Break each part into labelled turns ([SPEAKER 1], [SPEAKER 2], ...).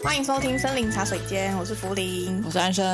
[SPEAKER 1] 欢迎收听《森林茶水间》，我是福林。
[SPEAKER 2] 我是安生，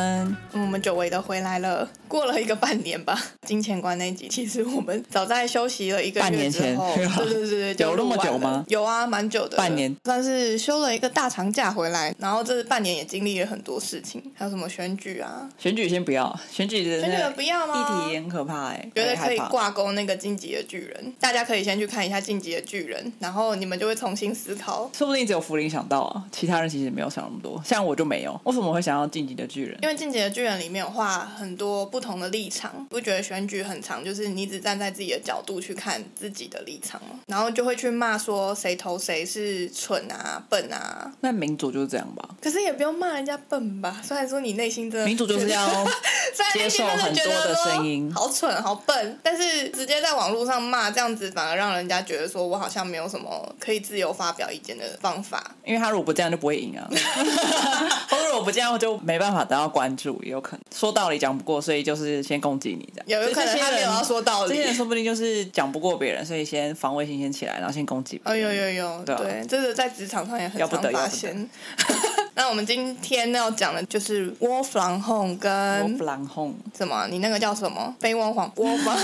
[SPEAKER 1] 嗯我们久违的回来了，过了一个半年吧。 金钱观那一集，其实我们早在休息了一个
[SPEAKER 2] 半
[SPEAKER 1] 月
[SPEAKER 2] 年
[SPEAKER 1] 之
[SPEAKER 2] 前
[SPEAKER 1] 后，
[SPEAKER 2] 对啊
[SPEAKER 1] 对对对 对，就
[SPEAKER 2] 有那么
[SPEAKER 1] 录完
[SPEAKER 2] 久吗
[SPEAKER 1] 了有啊，蛮久的，
[SPEAKER 2] 半年，
[SPEAKER 1] 算是休了一个大长假回来。然后这半年也经历了很多事情，还有什么选举啊，
[SPEAKER 2] 选举先不要，选举的
[SPEAKER 1] 选举
[SPEAKER 2] 那
[SPEAKER 1] 的不要吗
[SPEAKER 2] 议题很可怕哎、欸，
[SPEAKER 1] 觉得
[SPEAKER 2] 害
[SPEAKER 1] 可以
[SPEAKER 2] 怕
[SPEAKER 1] 挂钩那个《晋级的巨人》，大家可以先去看一下《晋级的巨人》，然后你们就会重新思考，
[SPEAKER 2] 说不定只有福林想到啊，其他人其实没有想那么多，像我就没有。为什么我会想要晋级的巨人？
[SPEAKER 1] 因为《晋级的巨人》里面有画很多不同的立场，不觉得选举很长，就是你只站在自己的角度去看自己的立场吗？然后就会去骂说谁投谁是蠢啊、笨啊，
[SPEAKER 2] 那民主就是这样吧，
[SPEAKER 1] 可是也不用骂人家笨吧。虽然说你内心真的
[SPEAKER 2] 民主就是哦要
[SPEAKER 1] 虽然内心真觉得
[SPEAKER 2] 接受很多的声音
[SPEAKER 1] 说好蠢、好笨，但是直接在网络上骂这样子，反而让人家觉得说我好像没有什么可以自由发表意见的方法。
[SPEAKER 2] 因为他如果不这样就不会赢 啊，或者如果不这样就没办法得到关注，也有可能说道理讲不过，所以就是先攻击你这样。
[SPEAKER 1] 有有可能他没有要说道
[SPEAKER 2] 这
[SPEAKER 1] 理
[SPEAKER 2] 些。人说不定就是讲不过别人，所以先防卫心先起来，然后先攻击别人。
[SPEAKER 1] 哦，有有有，
[SPEAKER 2] 对啊
[SPEAKER 1] 对，这个在职场上也很
[SPEAKER 2] 要不
[SPEAKER 1] 常
[SPEAKER 2] 得
[SPEAKER 1] 发
[SPEAKER 2] 要不得
[SPEAKER 1] 现。 那我们今天要讲的就是《War from Home》
[SPEAKER 2] 我
[SPEAKER 1] 跟
[SPEAKER 2] 不狼轰，
[SPEAKER 1] 什么？你那个叫什么？飞往 皇国吗？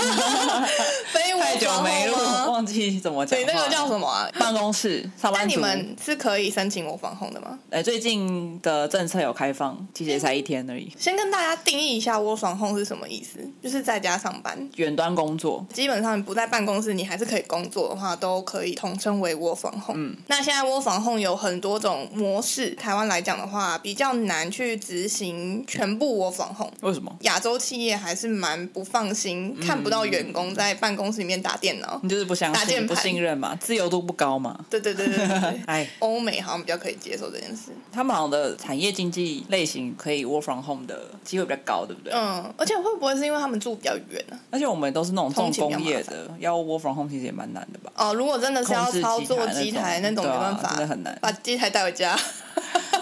[SPEAKER 1] 飞往
[SPEAKER 2] 太久
[SPEAKER 1] 皇
[SPEAKER 2] 没录，
[SPEAKER 1] 后吗？
[SPEAKER 2] 忘记怎么讲
[SPEAKER 1] 对，
[SPEAKER 2] 话。
[SPEAKER 1] 那个叫什么啊？
[SPEAKER 2] 办公室
[SPEAKER 1] 那
[SPEAKER 2] 上班
[SPEAKER 1] 你
[SPEAKER 2] 族。
[SPEAKER 1] 们是可以申请我防控的吗？
[SPEAKER 2] 呃，最近的政策有开放，其实也才一天而已。
[SPEAKER 1] 先跟大家定义一下 work from home 是什么意思，就是在家上班。
[SPEAKER 2] 远端工作，
[SPEAKER 1] 基本上你不在办公室，你还是可以工作的话，都可以统称为 work from home。那
[SPEAKER 2] 嗯
[SPEAKER 1] 现在 work from home 有很多种模式，台湾来讲的话，比较难去执行全部 work from home。
[SPEAKER 2] 为什么？
[SPEAKER 1] 亚洲企业还是蛮不放心，
[SPEAKER 2] 嗯
[SPEAKER 1] 看不到员工在办公室里面打电脑。
[SPEAKER 2] 你就是不相
[SPEAKER 1] 打键盘
[SPEAKER 2] 信、不信任嘛，自由度不高嘛。。
[SPEAKER 1] 对对对对对对
[SPEAKER 2] 哎，
[SPEAKER 1] 欧美好像比较可以接受这件事，
[SPEAKER 2] 他们好像的产业经济类型可以 work from home 的机会比较高，对不对？
[SPEAKER 1] 嗯，而且会不会是因为他们住比较远啊呢、
[SPEAKER 2] 而且我们都是那种重
[SPEAKER 1] 通勤比较
[SPEAKER 2] 工业的，要 work from home 其实也蛮难的吧？
[SPEAKER 1] 哦，如果真的是要
[SPEAKER 2] 控制
[SPEAKER 1] 操作机
[SPEAKER 2] 机
[SPEAKER 1] 台
[SPEAKER 2] 台
[SPEAKER 1] 那
[SPEAKER 2] 那
[SPEAKER 1] 种，
[SPEAKER 2] 种
[SPEAKER 1] 没
[SPEAKER 2] 对啊
[SPEAKER 1] 办法，
[SPEAKER 2] 真的很难
[SPEAKER 1] 把机台带回家。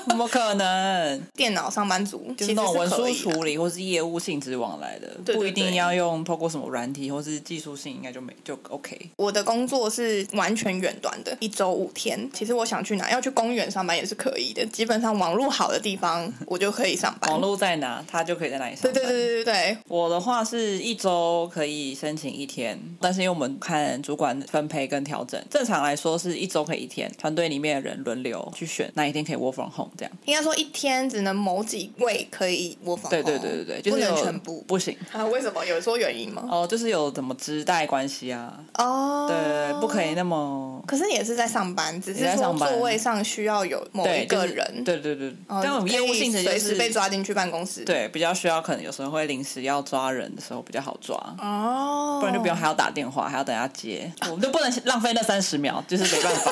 [SPEAKER 2] 怎么可能？
[SPEAKER 1] 电脑上班族其
[SPEAKER 2] 就是
[SPEAKER 1] 实
[SPEAKER 2] 那种文
[SPEAKER 1] 是可
[SPEAKER 2] 书
[SPEAKER 1] 以的。
[SPEAKER 2] 处理或是业务性质往来的，
[SPEAKER 1] 对
[SPEAKER 2] 不一定
[SPEAKER 1] 对
[SPEAKER 2] 要用透过什么软体或是技术性，应该就没就 OK。
[SPEAKER 1] 我的工作是完全远端的，一周五天。其实我想去哪，要去公园上班也是可以的。基本上网络好的地方，我就可以上班。
[SPEAKER 2] 网络在哪，他就可以在哪里上
[SPEAKER 1] 对
[SPEAKER 2] 班。
[SPEAKER 1] 对对对对对，
[SPEAKER 2] 我的话是一周可以申请一天，但是因为我们看主管分配跟调整，正常来说是一周可以一天，团队里面的人轮流去选哪一天可以 work from home 这样。
[SPEAKER 1] 应该说一天只能某几位可以模仿。
[SPEAKER 2] 对对对对对，就
[SPEAKER 1] 不
[SPEAKER 2] 是有
[SPEAKER 1] 能全部。
[SPEAKER 2] 不行
[SPEAKER 1] 啊？为什么？有说原因吗？
[SPEAKER 2] 哦，就是有什么职代关系啊，
[SPEAKER 1] 哦，
[SPEAKER 2] 对，不可以。那么。
[SPEAKER 1] 可是也是在上班，只是
[SPEAKER 2] 也在
[SPEAKER 1] 说
[SPEAKER 2] 上班
[SPEAKER 1] 座位上需要有某哦一
[SPEAKER 2] 对，就
[SPEAKER 1] 个
[SPEAKER 2] 是
[SPEAKER 1] 人。
[SPEAKER 2] 对对对，
[SPEAKER 1] 哦
[SPEAKER 2] 但我们业务性质
[SPEAKER 1] 可
[SPEAKER 2] 就
[SPEAKER 1] 以随时
[SPEAKER 2] 是
[SPEAKER 1] 被抓进去办公室。。
[SPEAKER 2] 对，比较需要，可能有时候会临时要抓人的时候比较好抓，
[SPEAKER 1] 哦。
[SPEAKER 2] 不然就不用还要打电话，还要等他接，我们就不能浪费那三十 秒，就是没办法，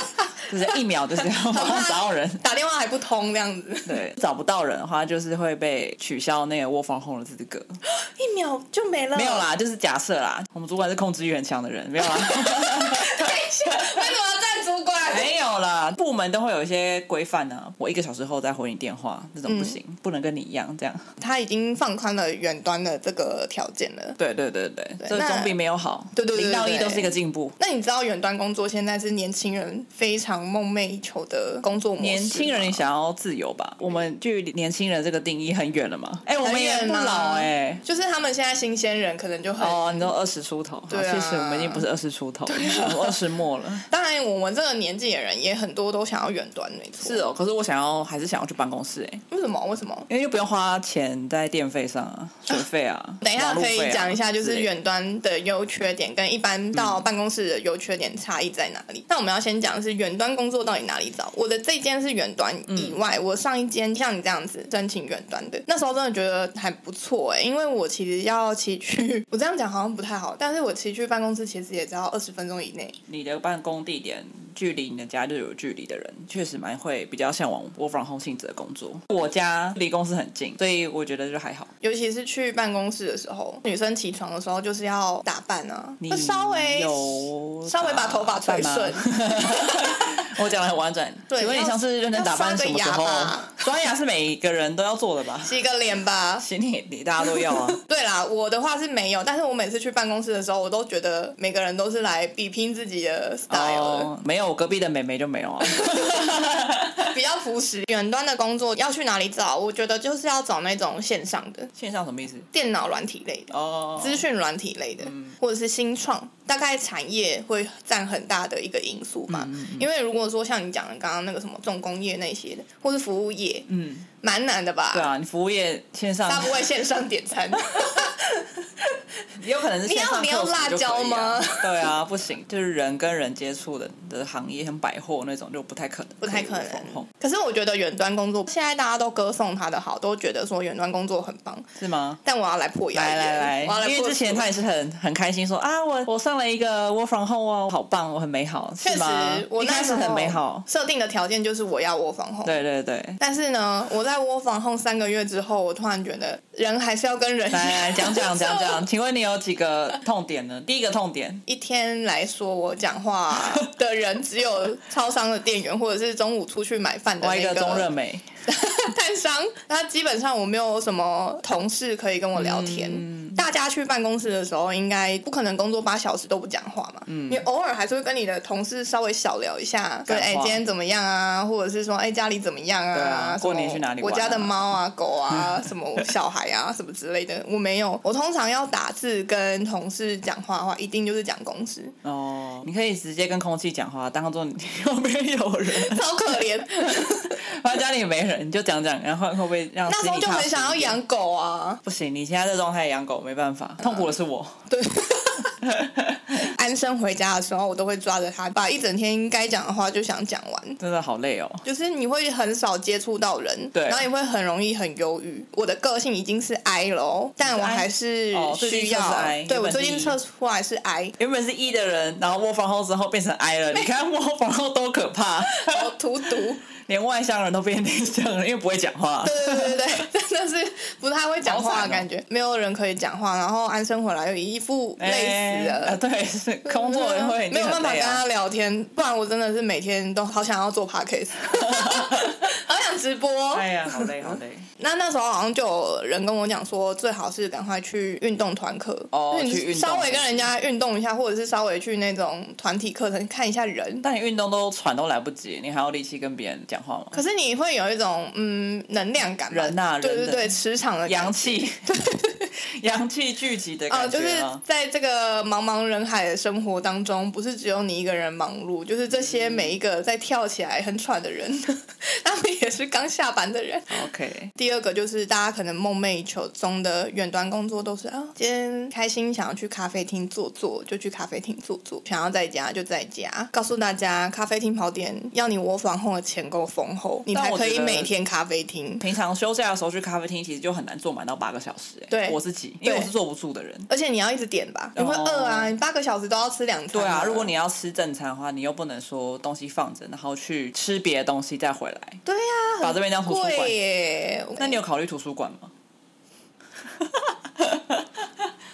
[SPEAKER 2] 就是一秒就是要马上 找到人。
[SPEAKER 1] 打电话还不通这 样子，
[SPEAKER 2] 对，找不到人的话，就是会被取消那个窝房红的资格。
[SPEAKER 1] 一秒就没了。
[SPEAKER 2] 没有，啦，就是假设啦，我们主管是控制欲很强的人，没有 啦，
[SPEAKER 1] 等一下，为什么要站主管？
[SPEAKER 2] 没有啦，部门都会有一些规范啊。我一个小时后再回你电话，
[SPEAKER 1] 嗯
[SPEAKER 2] 这种不行，不能跟你一样这样。
[SPEAKER 1] 他已经放宽了远端的这个条件了。
[SPEAKER 2] 对对对对，这
[SPEAKER 1] 那
[SPEAKER 2] 总比没有好。
[SPEAKER 1] 对对对
[SPEAKER 2] 零到
[SPEAKER 1] 对
[SPEAKER 2] 一
[SPEAKER 1] 对
[SPEAKER 2] 都是一个进步。
[SPEAKER 1] 那你知道远端工作现在是年轻人非常梦寐以求的工作模式吗？
[SPEAKER 2] 年轻人也想要自由吧？我们距离年轻人这个定义很远了嘛？哦哎、我们也
[SPEAKER 1] 很
[SPEAKER 2] 不
[SPEAKER 1] 远啊
[SPEAKER 2] 老哎、
[SPEAKER 1] 就是他们现在新鲜人可能就很。
[SPEAKER 2] 哦，你都二十出头，
[SPEAKER 1] 对啊
[SPEAKER 2] 好其实我们已经不是二十出头，我们二十末了。
[SPEAKER 1] 当然，我们这个年纪的人也很多都想要远端，没错。
[SPEAKER 2] 是哦，可是我想要还是想要去办公室哎、
[SPEAKER 1] 为什么？为什么？
[SPEAKER 2] 因为就不用花钱在电费上啊、水费 啊。
[SPEAKER 1] 等一下
[SPEAKER 2] 网路
[SPEAKER 1] 可
[SPEAKER 2] 费啊
[SPEAKER 1] 以讲一下，就是
[SPEAKER 2] 之类的嗯
[SPEAKER 1] 远端的优缺点跟一般到办公室的优缺点差异在哪里？那我们要先讲的是远端工作到底哪里找？我的这间是远端
[SPEAKER 2] 嗯
[SPEAKER 1] 以外，我上一间像你这样子申请远端的，那时候真的觉得还不错哎、因为我其实要骑去，我这样讲好像不太好，但是我骑去办公室其实也只要二十分钟以内，
[SPEAKER 2] 你的办公地点距离你的家就有距离的人，确实蛮会比较向往 work from home 性质的工作。我家离公司很近，所以我觉得就还好。
[SPEAKER 1] 尤其是去办公室的时候，女生起床的时候就是要打扮啊，
[SPEAKER 2] 你
[SPEAKER 1] 会稍微
[SPEAKER 2] 有
[SPEAKER 1] 稍微把头发吹
[SPEAKER 2] 打
[SPEAKER 1] 顺
[SPEAKER 2] 扮吗。我讲的很完整。
[SPEAKER 1] 对
[SPEAKER 2] 请问你上次认真打扮什么时候
[SPEAKER 1] 要刷个牙吧
[SPEAKER 2] 刷牙是每个人都要做的 吧？
[SPEAKER 1] 洗个脸吧。
[SPEAKER 2] 洗脸你大家都要啊。
[SPEAKER 1] 对啦，我的话是没有，但是我每次去办公室的时候，我都觉得每个人都是来比拼自己的 style 的
[SPEAKER 2] 哦， 没有，我隔壁的美眉就没有啊。
[SPEAKER 1] 比较朴实。远端的工作要去哪里找？我觉得就是要找那种线上的
[SPEAKER 2] 线上什么意思？
[SPEAKER 1] 电脑软体类的、
[SPEAKER 2] 哦，
[SPEAKER 1] 资讯软体类的，
[SPEAKER 2] 嗯
[SPEAKER 1] 或者是新创，大概产业会占很大的一个因素
[SPEAKER 2] 嗯
[SPEAKER 1] 吧。因为如果说像你讲的刚刚那个什么重工业那些的，或是服务业，
[SPEAKER 2] 嗯，
[SPEAKER 1] 蛮难的吧？
[SPEAKER 2] 对啊，你服务业线上
[SPEAKER 1] 大家不会线上点餐，
[SPEAKER 2] 也有可能是线上
[SPEAKER 1] 你要
[SPEAKER 2] close
[SPEAKER 1] 你要辣
[SPEAKER 2] 就可以啊
[SPEAKER 1] 椒吗？
[SPEAKER 2] 对啊，不行，就是人跟人接触的的行业，像百货那种就不太可能，
[SPEAKER 1] 不太可能
[SPEAKER 2] 以无缝碰。
[SPEAKER 1] 可是我觉得远端工作，现在大家都歌颂它的好，都觉得说远端工作很棒。
[SPEAKER 2] 是吗？
[SPEAKER 1] 但我要来破谣
[SPEAKER 2] 来
[SPEAKER 1] 言，
[SPEAKER 2] 来
[SPEAKER 1] 我要
[SPEAKER 2] 来，
[SPEAKER 1] 来
[SPEAKER 2] 因为
[SPEAKER 1] 破
[SPEAKER 2] 之前
[SPEAKER 1] 除
[SPEAKER 2] 他也是很很开心说啊，我我上了一个 work from home 哦，好棒，我很美好，
[SPEAKER 1] 确
[SPEAKER 2] 是
[SPEAKER 1] 实
[SPEAKER 2] 吗？，
[SPEAKER 1] 我
[SPEAKER 2] 一
[SPEAKER 1] 那
[SPEAKER 2] 开
[SPEAKER 1] 时
[SPEAKER 2] 始
[SPEAKER 1] 候
[SPEAKER 2] 很美好，
[SPEAKER 1] 设定的条件就是我要窝房后。
[SPEAKER 2] 对对对。
[SPEAKER 1] 但是呢，我在窝房后三个月之后，我突然觉得人还是要跟人
[SPEAKER 2] 来来讲讲讲。
[SPEAKER 1] 所以我
[SPEAKER 2] 讲，请问你有几个痛点呢？第一个痛点，
[SPEAKER 1] 一天来说，我讲话的人只有超商的店员，或者是中午出去买饭的
[SPEAKER 2] 我
[SPEAKER 1] 那
[SPEAKER 2] 一个中热美，
[SPEAKER 1] 摊商。那基本上我没有什么同事可以跟我聊天。
[SPEAKER 2] 嗯
[SPEAKER 1] 大家去办公室的时候，应该不可能工作八小时都不讲话嘛。嗯，你偶尔还是会跟你的同事稍微小聊一下，对，
[SPEAKER 2] 感
[SPEAKER 1] 哎、
[SPEAKER 2] 化
[SPEAKER 1] 今天怎么样啊？或者是说，哎、家里怎么样啊？
[SPEAKER 2] 对啊
[SPEAKER 1] 什么
[SPEAKER 2] 过年去哪里
[SPEAKER 1] 我
[SPEAKER 2] 玩啊
[SPEAKER 1] 家的猫啊、狗 啊、什么小孩啊、什么之类的，我没有。我通常要打字跟同事讲话的话，一定就是讲公司，
[SPEAKER 2] 哦，你可以直接跟空气讲话，当做你 有没有人，
[SPEAKER 1] 超可 怜。
[SPEAKER 2] 反正家里没人，你就讲讲，然后会不会让
[SPEAKER 1] 那时候
[SPEAKER 2] 心里
[SPEAKER 1] 就
[SPEAKER 2] 踏
[SPEAKER 1] 很
[SPEAKER 2] 实
[SPEAKER 1] 想要
[SPEAKER 2] 一点
[SPEAKER 1] 养狗啊，
[SPEAKER 2] 不行，你现在这状态养狗没办法，痛苦的是我。
[SPEAKER 1] 对。安生回家的时候，我都会抓着他，把一整天该讲的话就想讲完。
[SPEAKER 2] 真的好累哦。
[SPEAKER 1] 就是你会很少接触到人，
[SPEAKER 2] 对
[SPEAKER 1] 然后你会很容易很忧郁。我的个性已经是 I 了哦，但我还是
[SPEAKER 2] 哦最近
[SPEAKER 1] 需
[SPEAKER 2] 测
[SPEAKER 1] 要。
[SPEAKER 2] 是 I，
[SPEAKER 1] 对我
[SPEAKER 2] 原本
[SPEAKER 1] 最
[SPEAKER 2] 是
[SPEAKER 1] 近
[SPEAKER 2] E
[SPEAKER 1] 测出来是 I，
[SPEAKER 2] 原本是 E 的人，然后窝房后之后变成 I 了，你看窝房后多可 怕，
[SPEAKER 1] 我荼毒。
[SPEAKER 2] 连外向人都变内向了，因为不会讲话。
[SPEAKER 1] 对对对对， 对，真的是不太会讲
[SPEAKER 2] 好
[SPEAKER 1] 话
[SPEAKER 2] 惨
[SPEAKER 1] 的
[SPEAKER 2] 哦
[SPEAKER 1] 感觉，没有人可以讲话。然后安生回来又一副累
[SPEAKER 2] 哎
[SPEAKER 1] 死了嗯
[SPEAKER 2] 啊，对，是工作人会一
[SPEAKER 1] 没
[SPEAKER 2] 定
[SPEAKER 1] 有办
[SPEAKER 2] 很
[SPEAKER 1] 法
[SPEAKER 2] 累
[SPEAKER 1] 跟
[SPEAKER 2] 啊
[SPEAKER 1] 他聊天，不然我真的是每天都好想要做 podcast，好想直播。
[SPEAKER 2] 哎呀，好累好 累。
[SPEAKER 1] 那那时候好像就有人跟我讲说，最好是赶快去运动团课，
[SPEAKER 2] 哦
[SPEAKER 1] 就是
[SPEAKER 2] 去
[SPEAKER 1] 你
[SPEAKER 2] 运动
[SPEAKER 1] 稍微跟人家运动一下，或者是稍微去那种团体课程看一下人。
[SPEAKER 2] 但你运动都喘都来不及，你还有力气跟别人讲话吗？
[SPEAKER 1] 可是你会有一种嗯能量感吧，
[SPEAKER 2] 人呐
[SPEAKER 1] 对
[SPEAKER 2] 人
[SPEAKER 1] 对
[SPEAKER 2] 的
[SPEAKER 1] 对，磁场的感
[SPEAKER 2] 阳气，阳气聚集的
[SPEAKER 1] 啊，
[SPEAKER 2] 感
[SPEAKER 1] 就
[SPEAKER 2] 觉
[SPEAKER 1] 是
[SPEAKER 2] 啊。
[SPEAKER 1] 在这个茫茫人海的生活当中，不是只有你一个人忙碌，就是这
[SPEAKER 2] 嗯
[SPEAKER 1] 些每一个在跳起来很喘的人， 他们也是刚下班的人。
[SPEAKER 2] OK，
[SPEAKER 1] 第二个就是大家可能梦寐以求中的远端工作，都是啊，今天开心想要去咖啡厅坐坐，就去咖啡厅坐坐；想要在家就在家。告诉大家，咖啡厅跑点要你我防控的钱够丰厚，你
[SPEAKER 2] 但
[SPEAKER 1] 才
[SPEAKER 2] 我
[SPEAKER 1] 可以
[SPEAKER 2] 觉得
[SPEAKER 1] 每天咖啡厅。
[SPEAKER 2] 平常休假的时候去咖啡厅，其实就很难坐满到八个小时、哎，
[SPEAKER 1] 对
[SPEAKER 2] 我自己，因为
[SPEAKER 1] 对
[SPEAKER 2] 我是坐不住的人。
[SPEAKER 1] 而且你要一直点吧，你会
[SPEAKER 2] 哦
[SPEAKER 1] 饿啊！你八个小时都要吃两餐啊。
[SPEAKER 2] 对啊，如果你要吃正餐的话，你又不能说东西放着，然后去吃别的东西再回来，
[SPEAKER 1] 对呀、
[SPEAKER 2] 把这边当图书馆
[SPEAKER 1] 贵。耶！
[SPEAKER 2] 那你有考虑图书馆吗？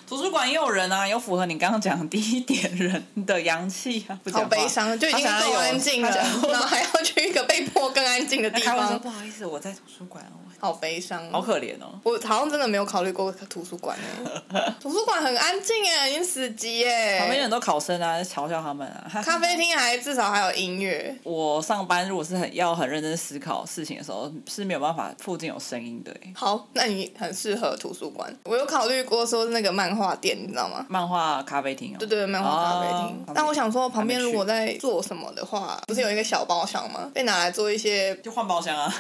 [SPEAKER 2] 图书馆也有人啊，有符合你刚刚讲的第一点人的阳气啊，不讲
[SPEAKER 1] 好
[SPEAKER 2] 话
[SPEAKER 1] 悲伤，就已
[SPEAKER 2] 他
[SPEAKER 1] 经
[SPEAKER 2] 想要
[SPEAKER 1] 够
[SPEAKER 2] 有
[SPEAKER 1] 安静了，
[SPEAKER 2] 他想要
[SPEAKER 1] 然后还要去一个被迫更安静的 地
[SPEAKER 2] 开玩笑，
[SPEAKER 1] 方，
[SPEAKER 2] 不好意思，我在图书馆哦，我
[SPEAKER 1] 好悲伤。
[SPEAKER 2] 好可怜哦。
[SPEAKER 1] 我好像真的没有考虑过图书馆耶图书馆很安静哎，已经死机
[SPEAKER 2] 旁边
[SPEAKER 1] 耶。
[SPEAKER 2] 人都考生啊，嘲笑他们啊。
[SPEAKER 1] 咖啡厅还至少还有音乐，
[SPEAKER 2] 我上班如果是很要很认真思考事情的时候，是没有办法附近有声音的、欸。
[SPEAKER 1] 好，那你很适合图书馆。我有考虑过说那个漫画店，你知道吗？
[SPEAKER 2] 漫画咖啡厅哦，
[SPEAKER 1] 对对，漫画咖啡厅
[SPEAKER 2] 哦。
[SPEAKER 1] 但我想说，旁边
[SPEAKER 2] 还
[SPEAKER 1] 如
[SPEAKER 2] 没去
[SPEAKER 1] 果在做什么的话，不是有一个小包厢吗？被拿来做一些，
[SPEAKER 2] 就换包厢啊。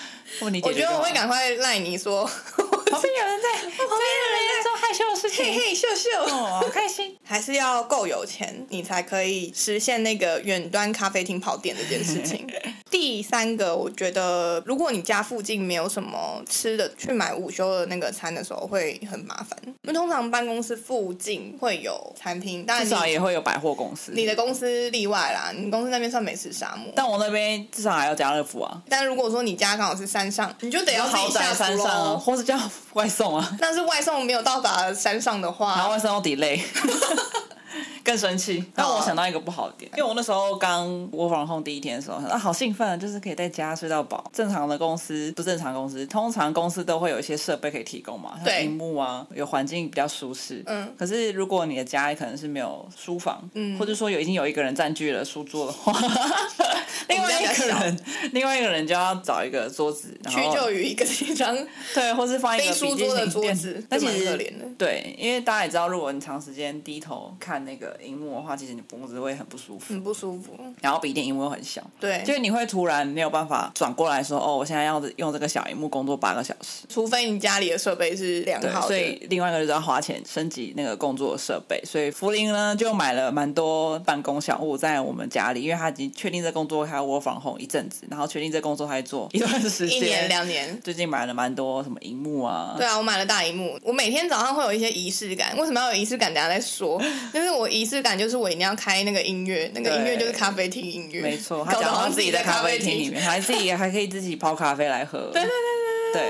[SPEAKER 2] 问你
[SPEAKER 1] 我
[SPEAKER 2] 解决
[SPEAKER 1] 觉
[SPEAKER 2] 就
[SPEAKER 1] 得
[SPEAKER 2] 好
[SPEAKER 1] 我会 赶快赖你说，
[SPEAKER 2] 旁边有人在，旁边有人在做害羞的事
[SPEAKER 1] 嘿
[SPEAKER 2] 情，
[SPEAKER 1] 嘿，秀秀。
[SPEAKER 2] 哦，好开心。
[SPEAKER 1] 还是要够有钱，你才可以实现那个远端咖啡厅跑店这件事 情。第三个，我觉得如果你家附近没有什么吃的，去买午休的那个餐的时候会很麻烦。因为通常办公室附近会有餐厅，但
[SPEAKER 2] 至
[SPEAKER 1] 你
[SPEAKER 2] 少也会有百货公司，
[SPEAKER 1] 你的公司例外啦，你公司那边算美食沙漠。
[SPEAKER 2] 但我那边至少还有家乐福啊，
[SPEAKER 1] 但如果说你家刚好是山上，你就得要自
[SPEAKER 2] 豪
[SPEAKER 1] 己
[SPEAKER 2] 宅
[SPEAKER 1] 下
[SPEAKER 2] 山
[SPEAKER 1] 厨
[SPEAKER 2] 上啊，
[SPEAKER 1] 喽。
[SPEAKER 2] 或是叫外送啊，
[SPEAKER 1] 但是外送没有到达山上的
[SPEAKER 2] 然后
[SPEAKER 1] 话，
[SPEAKER 2] 外送又 delay， 更生气。但我想到一个不好的点，因为我那时候刚 work from home 第一天的时候，啊，好兴奋啊，就是可以在家睡到饱。正常的公司不正常公司，通常公司都会有一些设备可以提供嘛，像
[SPEAKER 1] 对
[SPEAKER 2] 荧幕啊，有环境比较舒适。
[SPEAKER 1] 嗯
[SPEAKER 2] 可是如果你的家可能是没有书房，
[SPEAKER 1] 嗯
[SPEAKER 2] 或者说有已经有一个人占据了书桌的话， 另外一个
[SPEAKER 1] 我
[SPEAKER 2] 人，另外一个人就要找一个桌子，然
[SPEAKER 1] 屈
[SPEAKER 2] 后
[SPEAKER 1] 就于一个地方。
[SPEAKER 2] 对，或是放一
[SPEAKER 1] 非
[SPEAKER 2] 个
[SPEAKER 1] 书
[SPEAKER 2] 笔记
[SPEAKER 1] 桌的
[SPEAKER 2] 型
[SPEAKER 1] 桌
[SPEAKER 2] 电
[SPEAKER 1] 子
[SPEAKER 2] 但
[SPEAKER 1] 就
[SPEAKER 2] 其
[SPEAKER 1] 蛮
[SPEAKER 2] 实
[SPEAKER 1] 可怜的
[SPEAKER 2] 对，因为大家也知道，如果你长时间低头看那个荧幕的话，其实你脖子会很不舒服，
[SPEAKER 1] 很不舒服。
[SPEAKER 2] 然后笔电荧幕又很小，
[SPEAKER 1] 嗯对，
[SPEAKER 2] 就是你会突然没有办法转过来说，哦，我现在要用这个小荧幕工作八个小时。
[SPEAKER 1] 除非你家里的设备是良
[SPEAKER 2] 对，
[SPEAKER 1] 好
[SPEAKER 2] 所
[SPEAKER 1] 的。
[SPEAKER 2] 以另外一个就是要花钱升级那个工作设备，所以福林呢就买了蛮多办公小物在我们家里，因为他已经确定这工作他要 work from home 一阵子，然后确定这工作他会做一段时间，
[SPEAKER 1] 一年两年，
[SPEAKER 2] 最近买了蛮多什么荧幕啊，
[SPEAKER 1] 对啊，我买了大荧幕，我每天早上会有一些仪式感。为什么要有仪式感？等一下再 说。就是我仪式感，就是我一定要开那个音乐，那个音乐就是咖啡厅音乐，
[SPEAKER 2] 没错，他
[SPEAKER 1] 搞得
[SPEAKER 2] 讲
[SPEAKER 1] 好
[SPEAKER 2] 到
[SPEAKER 1] 像
[SPEAKER 2] 自己
[SPEAKER 1] 在
[SPEAKER 2] 在咖
[SPEAKER 1] 啡
[SPEAKER 2] 啡厅里。面，还自己还可以自己泡咖啡来喝。对对对对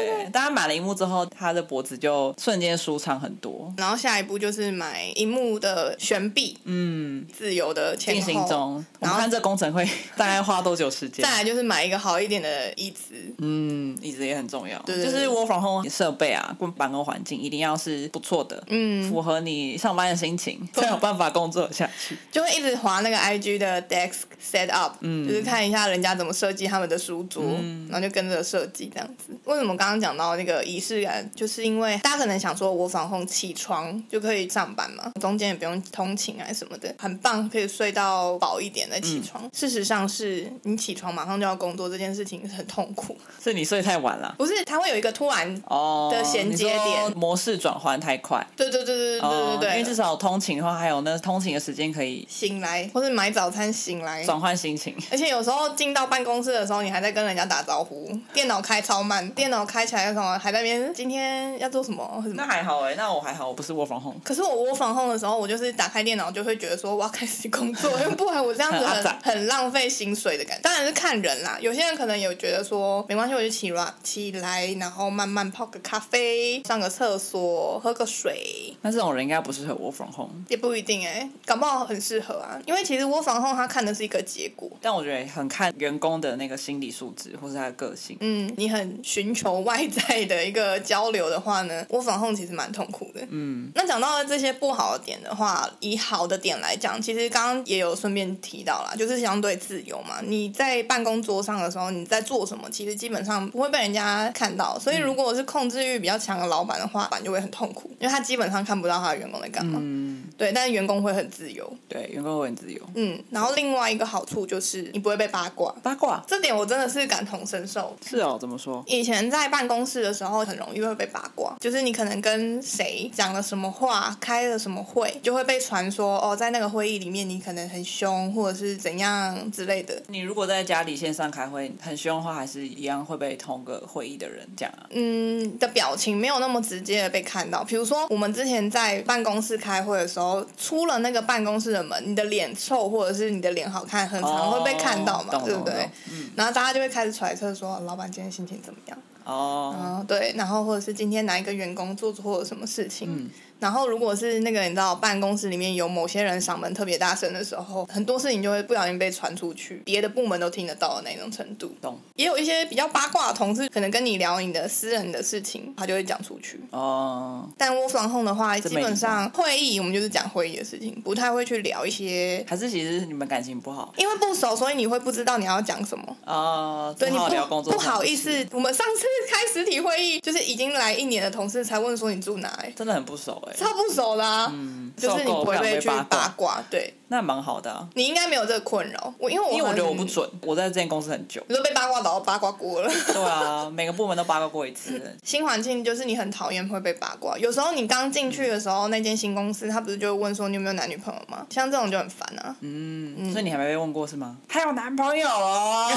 [SPEAKER 2] 对。但他买了荧幕之后，他的脖子就瞬间舒畅很多。
[SPEAKER 1] 然后下一步就是买荧幕的悬臂，嗯，自由的前
[SPEAKER 2] 进
[SPEAKER 1] 后
[SPEAKER 2] 行中，我
[SPEAKER 1] 然
[SPEAKER 2] 们
[SPEAKER 1] 后
[SPEAKER 2] 看这工程会 大概花多久时间
[SPEAKER 1] 再？来就是买一个好一点的椅子，
[SPEAKER 2] 嗯，椅子也很重要，
[SPEAKER 1] 对对对
[SPEAKER 2] 就是 work from home 设备啊，跟办公环境一定要是不错的，
[SPEAKER 1] 嗯
[SPEAKER 2] 符合你上班的心情，才有办法工作下去。
[SPEAKER 1] 就会一直划那个 IG 的 desk set up，就是看一下人家怎么设计他们的书桌，然后就跟着设计这样子。为什么刚刚讲到那个仪式感，就是因为大家可能想说我防控起床就可以上班嘛，中间也不用通勤啊什么的，很棒，可以睡到饱一点再起床。事实上是你起床马上就要工作这件事情很痛苦，
[SPEAKER 2] 是你睡太晚了
[SPEAKER 1] 不是它会有一个突然。
[SPEAKER 2] 哦
[SPEAKER 1] 的衔接点
[SPEAKER 2] 你说模式转换太快，
[SPEAKER 1] 对对对对对对对
[SPEAKER 2] 哦因为
[SPEAKER 1] 对，
[SPEAKER 2] 至少通勤的话，还有那通勤的时间可以
[SPEAKER 1] 醒来或是买早餐醒来，
[SPEAKER 2] 转换心情。
[SPEAKER 1] 而且有时候进到办公室的时候，你还在跟人家打招呼，电脑开超慢，电脑开起来的时候还在那边今天要做什么或什么
[SPEAKER 2] 那。还好哎、那我还好，我不是 work from home。
[SPEAKER 1] 可是我窝防控的时候，我就是打开电脑就会觉得说我要开始工作，因为不然我这样子
[SPEAKER 2] 很阿
[SPEAKER 1] 很
[SPEAKER 2] 杂
[SPEAKER 1] 很浪费薪水的感觉。当然是看人啦，有些人可能有觉得说没关系，我就起来起来，然后慢慢泡个咖啡，上个厕所，喝个水，
[SPEAKER 2] 那这种人应该不适合 work from home，
[SPEAKER 1] 也不一定哎、感冒很适合啊。因为其实窝防控它看的是一个结果，
[SPEAKER 2] 但我觉得很看员工的那个心理素质或是他的个性。
[SPEAKER 1] 嗯，你很寻求外在的一个交流的话呢， 我防控其实蛮痛苦的。嗯，那讲到了这些不好的点的话，以好的点来讲，其实刚刚也有顺便提到啦，就是相对自由嘛。你在办公桌上的时候，你在做什么，其实基本上不会被人家看到。所以如果是控制欲比较强的老板的话，老板就会很痛苦，因为他基本上看不到他的员工在干嘛。
[SPEAKER 2] 嗯，
[SPEAKER 1] 对，但是员工会很自由。
[SPEAKER 2] 对，员工会很自由。
[SPEAKER 1] 嗯，然后另外一个好处就是你不会被八卦。
[SPEAKER 2] 八卦
[SPEAKER 1] 这点我真的是感同身受，
[SPEAKER 2] 是哦，怎么说？
[SPEAKER 1] 以前在办公室的时候，很容易会被八卦，就是你可能跟谁讲了什么话，开了什么会，就会被传说哦，在那个会议里面你可能很凶，或者是怎样之类的。
[SPEAKER 2] 你如果在家里线上开会很凶的话，还是一样会被同个会议的人讲啊。
[SPEAKER 1] 嗯，的表情没有那么直接的被看到。比如说，我们之前在办公室开会的时候，出了那个办公室的门，你的脸臭或者是你的脸好看，很常会被看到嘛，
[SPEAKER 2] 哦懂
[SPEAKER 1] 对不
[SPEAKER 2] 懂
[SPEAKER 1] 对
[SPEAKER 2] 懂？嗯，
[SPEAKER 1] 然后大家就会开始揣测说，老板今天心情怎么样？
[SPEAKER 2] 哦，
[SPEAKER 1] 嗯，对，然后或者是今天哪一个员工做错了什么事情，
[SPEAKER 2] 嗯
[SPEAKER 1] 然后如果是那个你知道办公室里面有某些人嗓门特别大声的时候，很多事情就会不小心被传出去，别的部门都听得到的那种程度。
[SPEAKER 2] 懂
[SPEAKER 1] 也有一些比较八卦的同事，可能跟你聊你的私人的事情，他就会讲出去。
[SPEAKER 2] 哦，
[SPEAKER 1] 但 work from home 的话，基
[SPEAKER 2] 没礼
[SPEAKER 1] 本
[SPEAKER 2] 貌
[SPEAKER 1] 上会议我们就是讲会议的事情，不太会去聊一些，
[SPEAKER 2] 还是其实你们感情不好
[SPEAKER 1] 因为不熟，所以你会不知道你要讲什么。
[SPEAKER 2] 哦，
[SPEAKER 1] 对
[SPEAKER 2] 只
[SPEAKER 1] 你
[SPEAKER 2] 好
[SPEAKER 1] 不
[SPEAKER 2] 聊工作
[SPEAKER 1] 不
[SPEAKER 2] 上的
[SPEAKER 1] 好意思
[SPEAKER 2] 事，，
[SPEAKER 1] 我们上次开实体会议，就是已经来一年的同事才问说你住哪、欸，
[SPEAKER 2] 真的很不熟哎、
[SPEAKER 1] 超不熟啦、
[SPEAKER 2] 嗯，
[SPEAKER 1] 就是你
[SPEAKER 2] 受
[SPEAKER 1] 不
[SPEAKER 2] 够不
[SPEAKER 1] 会
[SPEAKER 2] 想
[SPEAKER 1] 被
[SPEAKER 2] 被
[SPEAKER 1] 去八
[SPEAKER 2] 卦，
[SPEAKER 1] 卦，对
[SPEAKER 2] 那蛮好的啊、
[SPEAKER 1] 你应该没有这个困扰，我因为我
[SPEAKER 2] 因为我
[SPEAKER 1] 很。
[SPEAKER 2] 觉得我不，准，我在这间公司很久
[SPEAKER 1] 你都被八卦到八卦过了。
[SPEAKER 2] 对啊，每个部门都八卦过一次。
[SPEAKER 1] 新环境就是你很讨厌会被八卦，有时候你刚进去的时候，那间新公司他不是就会问说你有没有男女朋友吗？像这种就很烦啊，
[SPEAKER 2] 嗯，所以你还没被问过是吗？还有男朋友哦，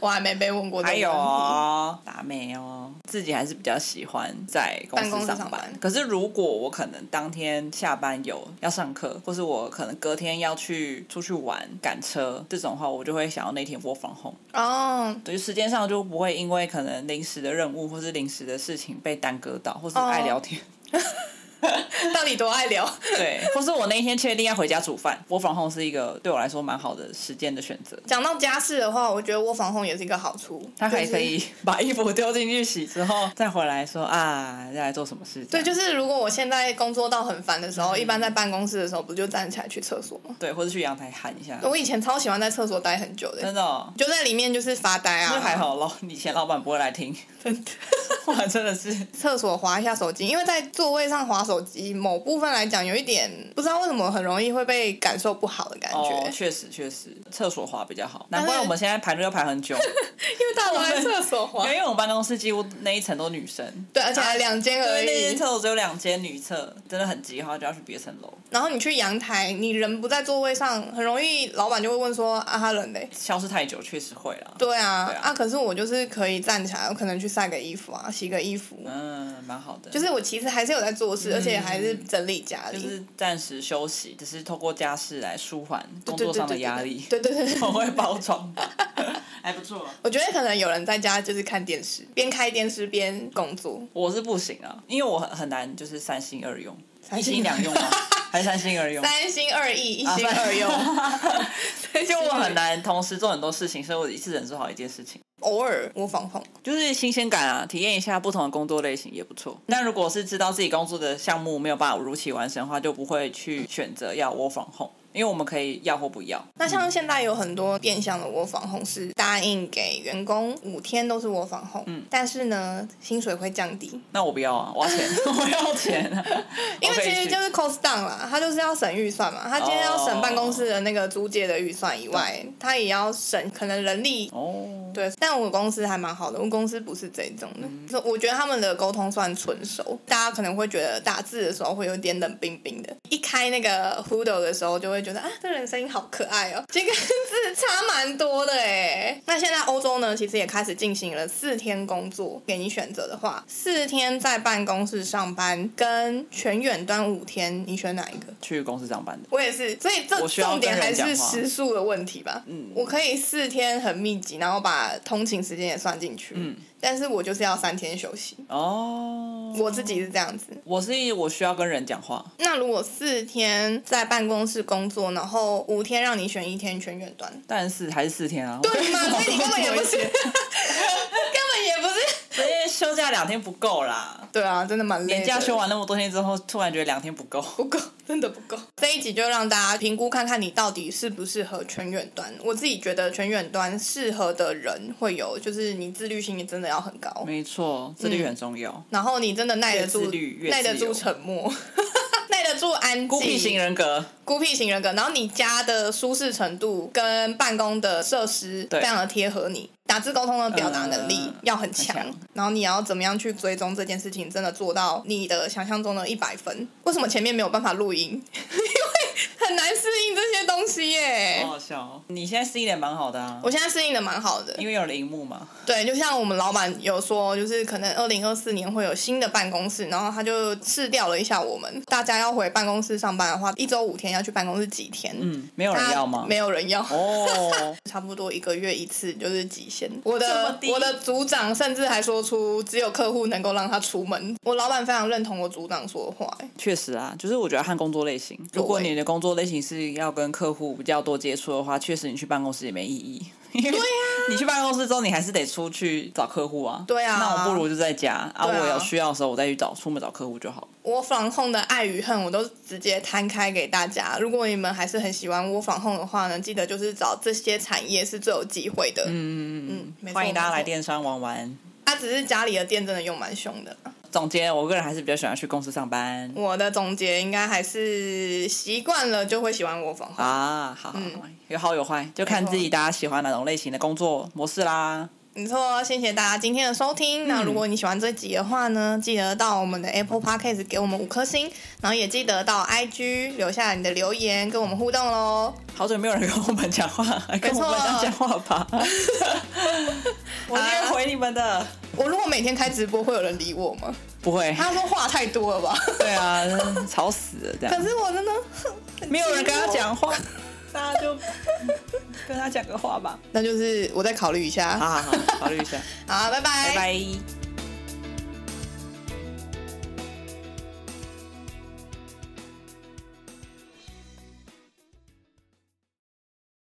[SPEAKER 1] 我还没被问过这
[SPEAKER 2] 还
[SPEAKER 1] 个问题。
[SPEAKER 2] 有哦，打妹哦，自己还是比较喜欢在公司
[SPEAKER 1] 办公室
[SPEAKER 2] 上
[SPEAKER 1] 上班
[SPEAKER 2] 可是如果我可能当天下班有要上课，或是我可能隔天要去出去玩赶车这种的话，我就会想要那天 work from home。
[SPEAKER 1] 哦，
[SPEAKER 2] 对，时间上就不会因为可能临时的任务或是临时的事情被耽搁到，或是
[SPEAKER 1] 哦
[SPEAKER 2] 爱聊天。
[SPEAKER 1] 到底多爱聊？
[SPEAKER 2] 对，或是我那一天确定要回家煮饭，我访 home 是一个对我来说蛮好的时间的选择。
[SPEAKER 1] 讲到家事的话，我觉得窝房控也是一个好处，
[SPEAKER 2] 他还
[SPEAKER 1] 就是
[SPEAKER 2] 可以把衣服丢进去洗之后，再回来说啊，再来做什么事？
[SPEAKER 1] 对，就是是如果我现在工作到很烦的时
[SPEAKER 2] 嗯
[SPEAKER 1] 候，一般在办公室的时候，不就站起来去厕所吗？
[SPEAKER 2] 对，或者去阳台喊一下，
[SPEAKER 1] 我以前超喜欢在厕所待很久的，
[SPEAKER 2] 真的、哦。
[SPEAKER 1] 就在里面就是发呆啊，
[SPEAKER 2] 那还。好咯，以前老板不会来听，真的，哇，真的是
[SPEAKER 1] 厕所滑一下手机，因为在座位上滑手机，某部分来讲有一点不知道为什么很容易会被感受不好的感觉，
[SPEAKER 2] 哦，确实确实，厕所滑比较好，
[SPEAKER 1] 但
[SPEAKER 2] 难
[SPEAKER 1] 是
[SPEAKER 2] 怪我们现在排队要排 很久，
[SPEAKER 1] 因为大家都在厕所
[SPEAKER 2] 因
[SPEAKER 1] 滑，
[SPEAKER 2] 为我们办公室几乎那一层都女生，
[SPEAKER 1] 对，而且还两间而
[SPEAKER 2] 啊对，那间
[SPEAKER 1] 已。
[SPEAKER 2] 厕所只有两间女厕，真的很急，然后就要去别层楼。
[SPEAKER 1] 然后你去阳台，你人不在座位上，很容易老板就会问说啊，他人嘞？
[SPEAKER 2] 消失太久确实会啦，
[SPEAKER 1] 对啊，
[SPEAKER 2] 对啊
[SPEAKER 1] 啊，可是我就是可以站起来，我可能去晒个衣服啊，洗个衣服，
[SPEAKER 2] 嗯，蛮好的，
[SPEAKER 1] 就是我其实还是有在做事，而且还是整理家
[SPEAKER 2] 嗯就
[SPEAKER 1] 里，
[SPEAKER 2] 是暂时休息，只是透过家事来舒缓工
[SPEAKER 1] 对
[SPEAKER 2] 作
[SPEAKER 1] 对
[SPEAKER 2] 上的
[SPEAKER 1] 对对
[SPEAKER 2] 压力。
[SPEAKER 1] 对对对对
[SPEAKER 2] 我会包装 吧，还不错。
[SPEAKER 1] 我觉得可能有人在家就是看电视，边开电视边工作，
[SPEAKER 2] 我是不行啊，因为我很很难就是三心二用，
[SPEAKER 1] 三
[SPEAKER 2] 一
[SPEAKER 1] 心
[SPEAKER 2] 心两 用吗？还是三心二用？
[SPEAKER 1] 三心二意，一
[SPEAKER 2] 啊
[SPEAKER 1] 心二用。
[SPEAKER 2] 三就我 很难同时做很多事情，所以我一次只能做好一件事情。
[SPEAKER 1] 偶尔我防控，
[SPEAKER 2] 就是新鲜感啊，体验一下不同的工作类型也不错。但如果是知道自己工作的项目没有办法如期完成的话，就不会去选择要 work from home，因为我们可以要或不要。
[SPEAKER 1] 那像现在有很多变相的我防控是答应给员工五天都是我防控，嗯，但是呢薪水会降低，
[SPEAKER 2] 那我不要啊，我要钱， 我要钱、啊。
[SPEAKER 1] 因
[SPEAKER 2] 我可
[SPEAKER 1] 为
[SPEAKER 2] 以
[SPEAKER 1] 其实
[SPEAKER 2] 去
[SPEAKER 1] 就是 cost down 啦，他就是要省预算嘛，他今天要省办公室的那个租借的预算以外，他也要省可能人力
[SPEAKER 2] 哦，
[SPEAKER 1] 对，但我公司还蛮好的，我公司不是这种的，就我觉得他们的沟通算纯熟。大家可能会觉得打字的时候会有点冷冰冰的，一开那个 Hoodle 的时候就会觉得啊，这人声音好可爱哦，这个字差蛮多的哎。那现在欧洲呢，其实也开始进行了四天工作，给你选择的话，四天在办公室上班跟全远端五天，你选哪一个？
[SPEAKER 2] 去公司上班的。
[SPEAKER 1] 我也是，所以这
[SPEAKER 2] 我需要
[SPEAKER 1] 重点还
[SPEAKER 2] 跟
[SPEAKER 1] 是
[SPEAKER 2] 人讲话
[SPEAKER 1] 时数的问题吧。嗯，我可以四天很密集，然后把通勤时间也算进去。嗯，但是我就是要三天休息，
[SPEAKER 2] 哦，
[SPEAKER 1] 我自己是这样子。
[SPEAKER 2] 我是我需要跟人讲话，
[SPEAKER 1] 那如果四天在办公室工作，然后五天让你选一天全远端，
[SPEAKER 2] 但是还是四天啊。
[SPEAKER 1] 对吗？所以你根本也 不 是，根本也不是。
[SPEAKER 2] 因为休假两天不够啦。
[SPEAKER 1] 对啊，真的蛮累的。
[SPEAKER 2] 年假休完那么多天之后，突然觉得两天不够。
[SPEAKER 1] 不够，真的不够。这一集就让大家评估看看你到底适不适合全远端。我自己觉得全远端适合的人会有，就是你自律性你真的要很高，
[SPEAKER 2] 没错，自律很重要。
[SPEAKER 1] 然后你真的耐得
[SPEAKER 2] 越
[SPEAKER 1] 住
[SPEAKER 2] 自律，越自
[SPEAKER 1] 耐
[SPEAKER 2] 由
[SPEAKER 1] 得住沉默， 耐得住安静，
[SPEAKER 2] 孤僻型人格，
[SPEAKER 1] 孤僻型人格。然后你家的舒适程度跟办公的设施
[SPEAKER 2] 对
[SPEAKER 1] 非常的贴合你。打字沟通的表达能力
[SPEAKER 2] 嗯
[SPEAKER 1] 要很强，
[SPEAKER 2] 很强
[SPEAKER 1] 然后你要怎么样去追踪这件事情，真的做到你的想象中的一百分？为什么前面没有办法录音？因 为很难适应这些东西耶。
[SPEAKER 2] 好好笑、哦。你现在适应的蛮好的啊，
[SPEAKER 1] 哎我现在适应的蛮好的，
[SPEAKER 2] 因为有了荧幕嘛。
[SPEAKER 1] 对，就像我们老板有说，就是可能二零二四年会有新的办公室，然后他就试调了一下我们，大家要回办公室上班的话，一周五天要去办公室几天？
[SPEAKER 2] 嗯，没有
[SPEAKER 1] 大家，
[SPEAKER 2] 人要吗？
[SPEAKER 1] 没有人要。
[SPEAKER 2] 哦，
[SPEAKER 1] 差不多一个月一次就是极限。我
[SPEAKER 2] 这么
[SPEAKER 1] 的
[SPEAKER 2] 低
[SPEAKER 1] 我的组长甚至还说出只有客户能够让他出门。我老板非常认同我组长说的话、欸
[SPEAKER 2] 确实啊，就是我觉得看工作类型。如果你的工作类型是要跟客户比较多接触的话，确实你去办公室也没意义。 对呀、你去办公室之后，你还是得出去找客户啊。
[SPEAKER 1] 啊对啊
[SPEAKER 2] 那我不如就在家啊。
[SPEAKER 1] 对啊
[SPEAKER 2] 我有需要的时候，我再去找出门找客户就好。
[SPEAKER 1] 我防控的爱与恨，我都直接摊开给大家。如果你们还是很喜欢我防控的话呢，记得就是找这些产业是最有机会的。嗯嗯嗯，
[SPEAKER 2] 欢迎大家来
[SPEAKER 1] 店。
[SPEAKER 2] 电商玩玩。
[SPEAKER 1] 他只是家里的店真的用蛮凶的。
[SPEAKER 2] 总结，我个人还是比较喜欢去公司上班
[SPEAKER 1] 我的总结应该还是习惯了就会喜欢我防控。
[SPEAKER 2] 啊。好好好
[SPEAKER 1] 嗯
[SPEAKER 2] 有好有坏，就看自己大家喜欢哪种类型的工作模式啦。
[SPEAKER 1] 没错，谢谢大家今天的收听。那如果你喜欢这集的话呢，记得到我们的 Apple Podcast 给我们五颗星，然后也记得到 IG 留下你的留言跟我们互动喽。
[SPEAKER 2] 好久没有人跟我们讲 话，来跟我们讲讲话吧。我一定会回你们的。啊
[SPEAKER 1] 我如果每天开直播，会有人理我吗？
[SPEAKER 2] 不会，
[SPEAKER 1] 他说话太多了 吧？
[SPEAKER 2] 对啊，吵死了这
[SPEAKER 1] 可
[SPEAKER 2] 样，
[SPEAKER 1] 是我真的
[SPEAKER 2] 没有人跟他，讲 话，大家就跟他讲个话吧。
[SPEAKER 1] 那就是我再考虑一下。
[SPEAKER 2] 好好好，考虑一下，哎
[SPEAKER 1] 好，拜拜，
[SPEAKER 2] 拜拜。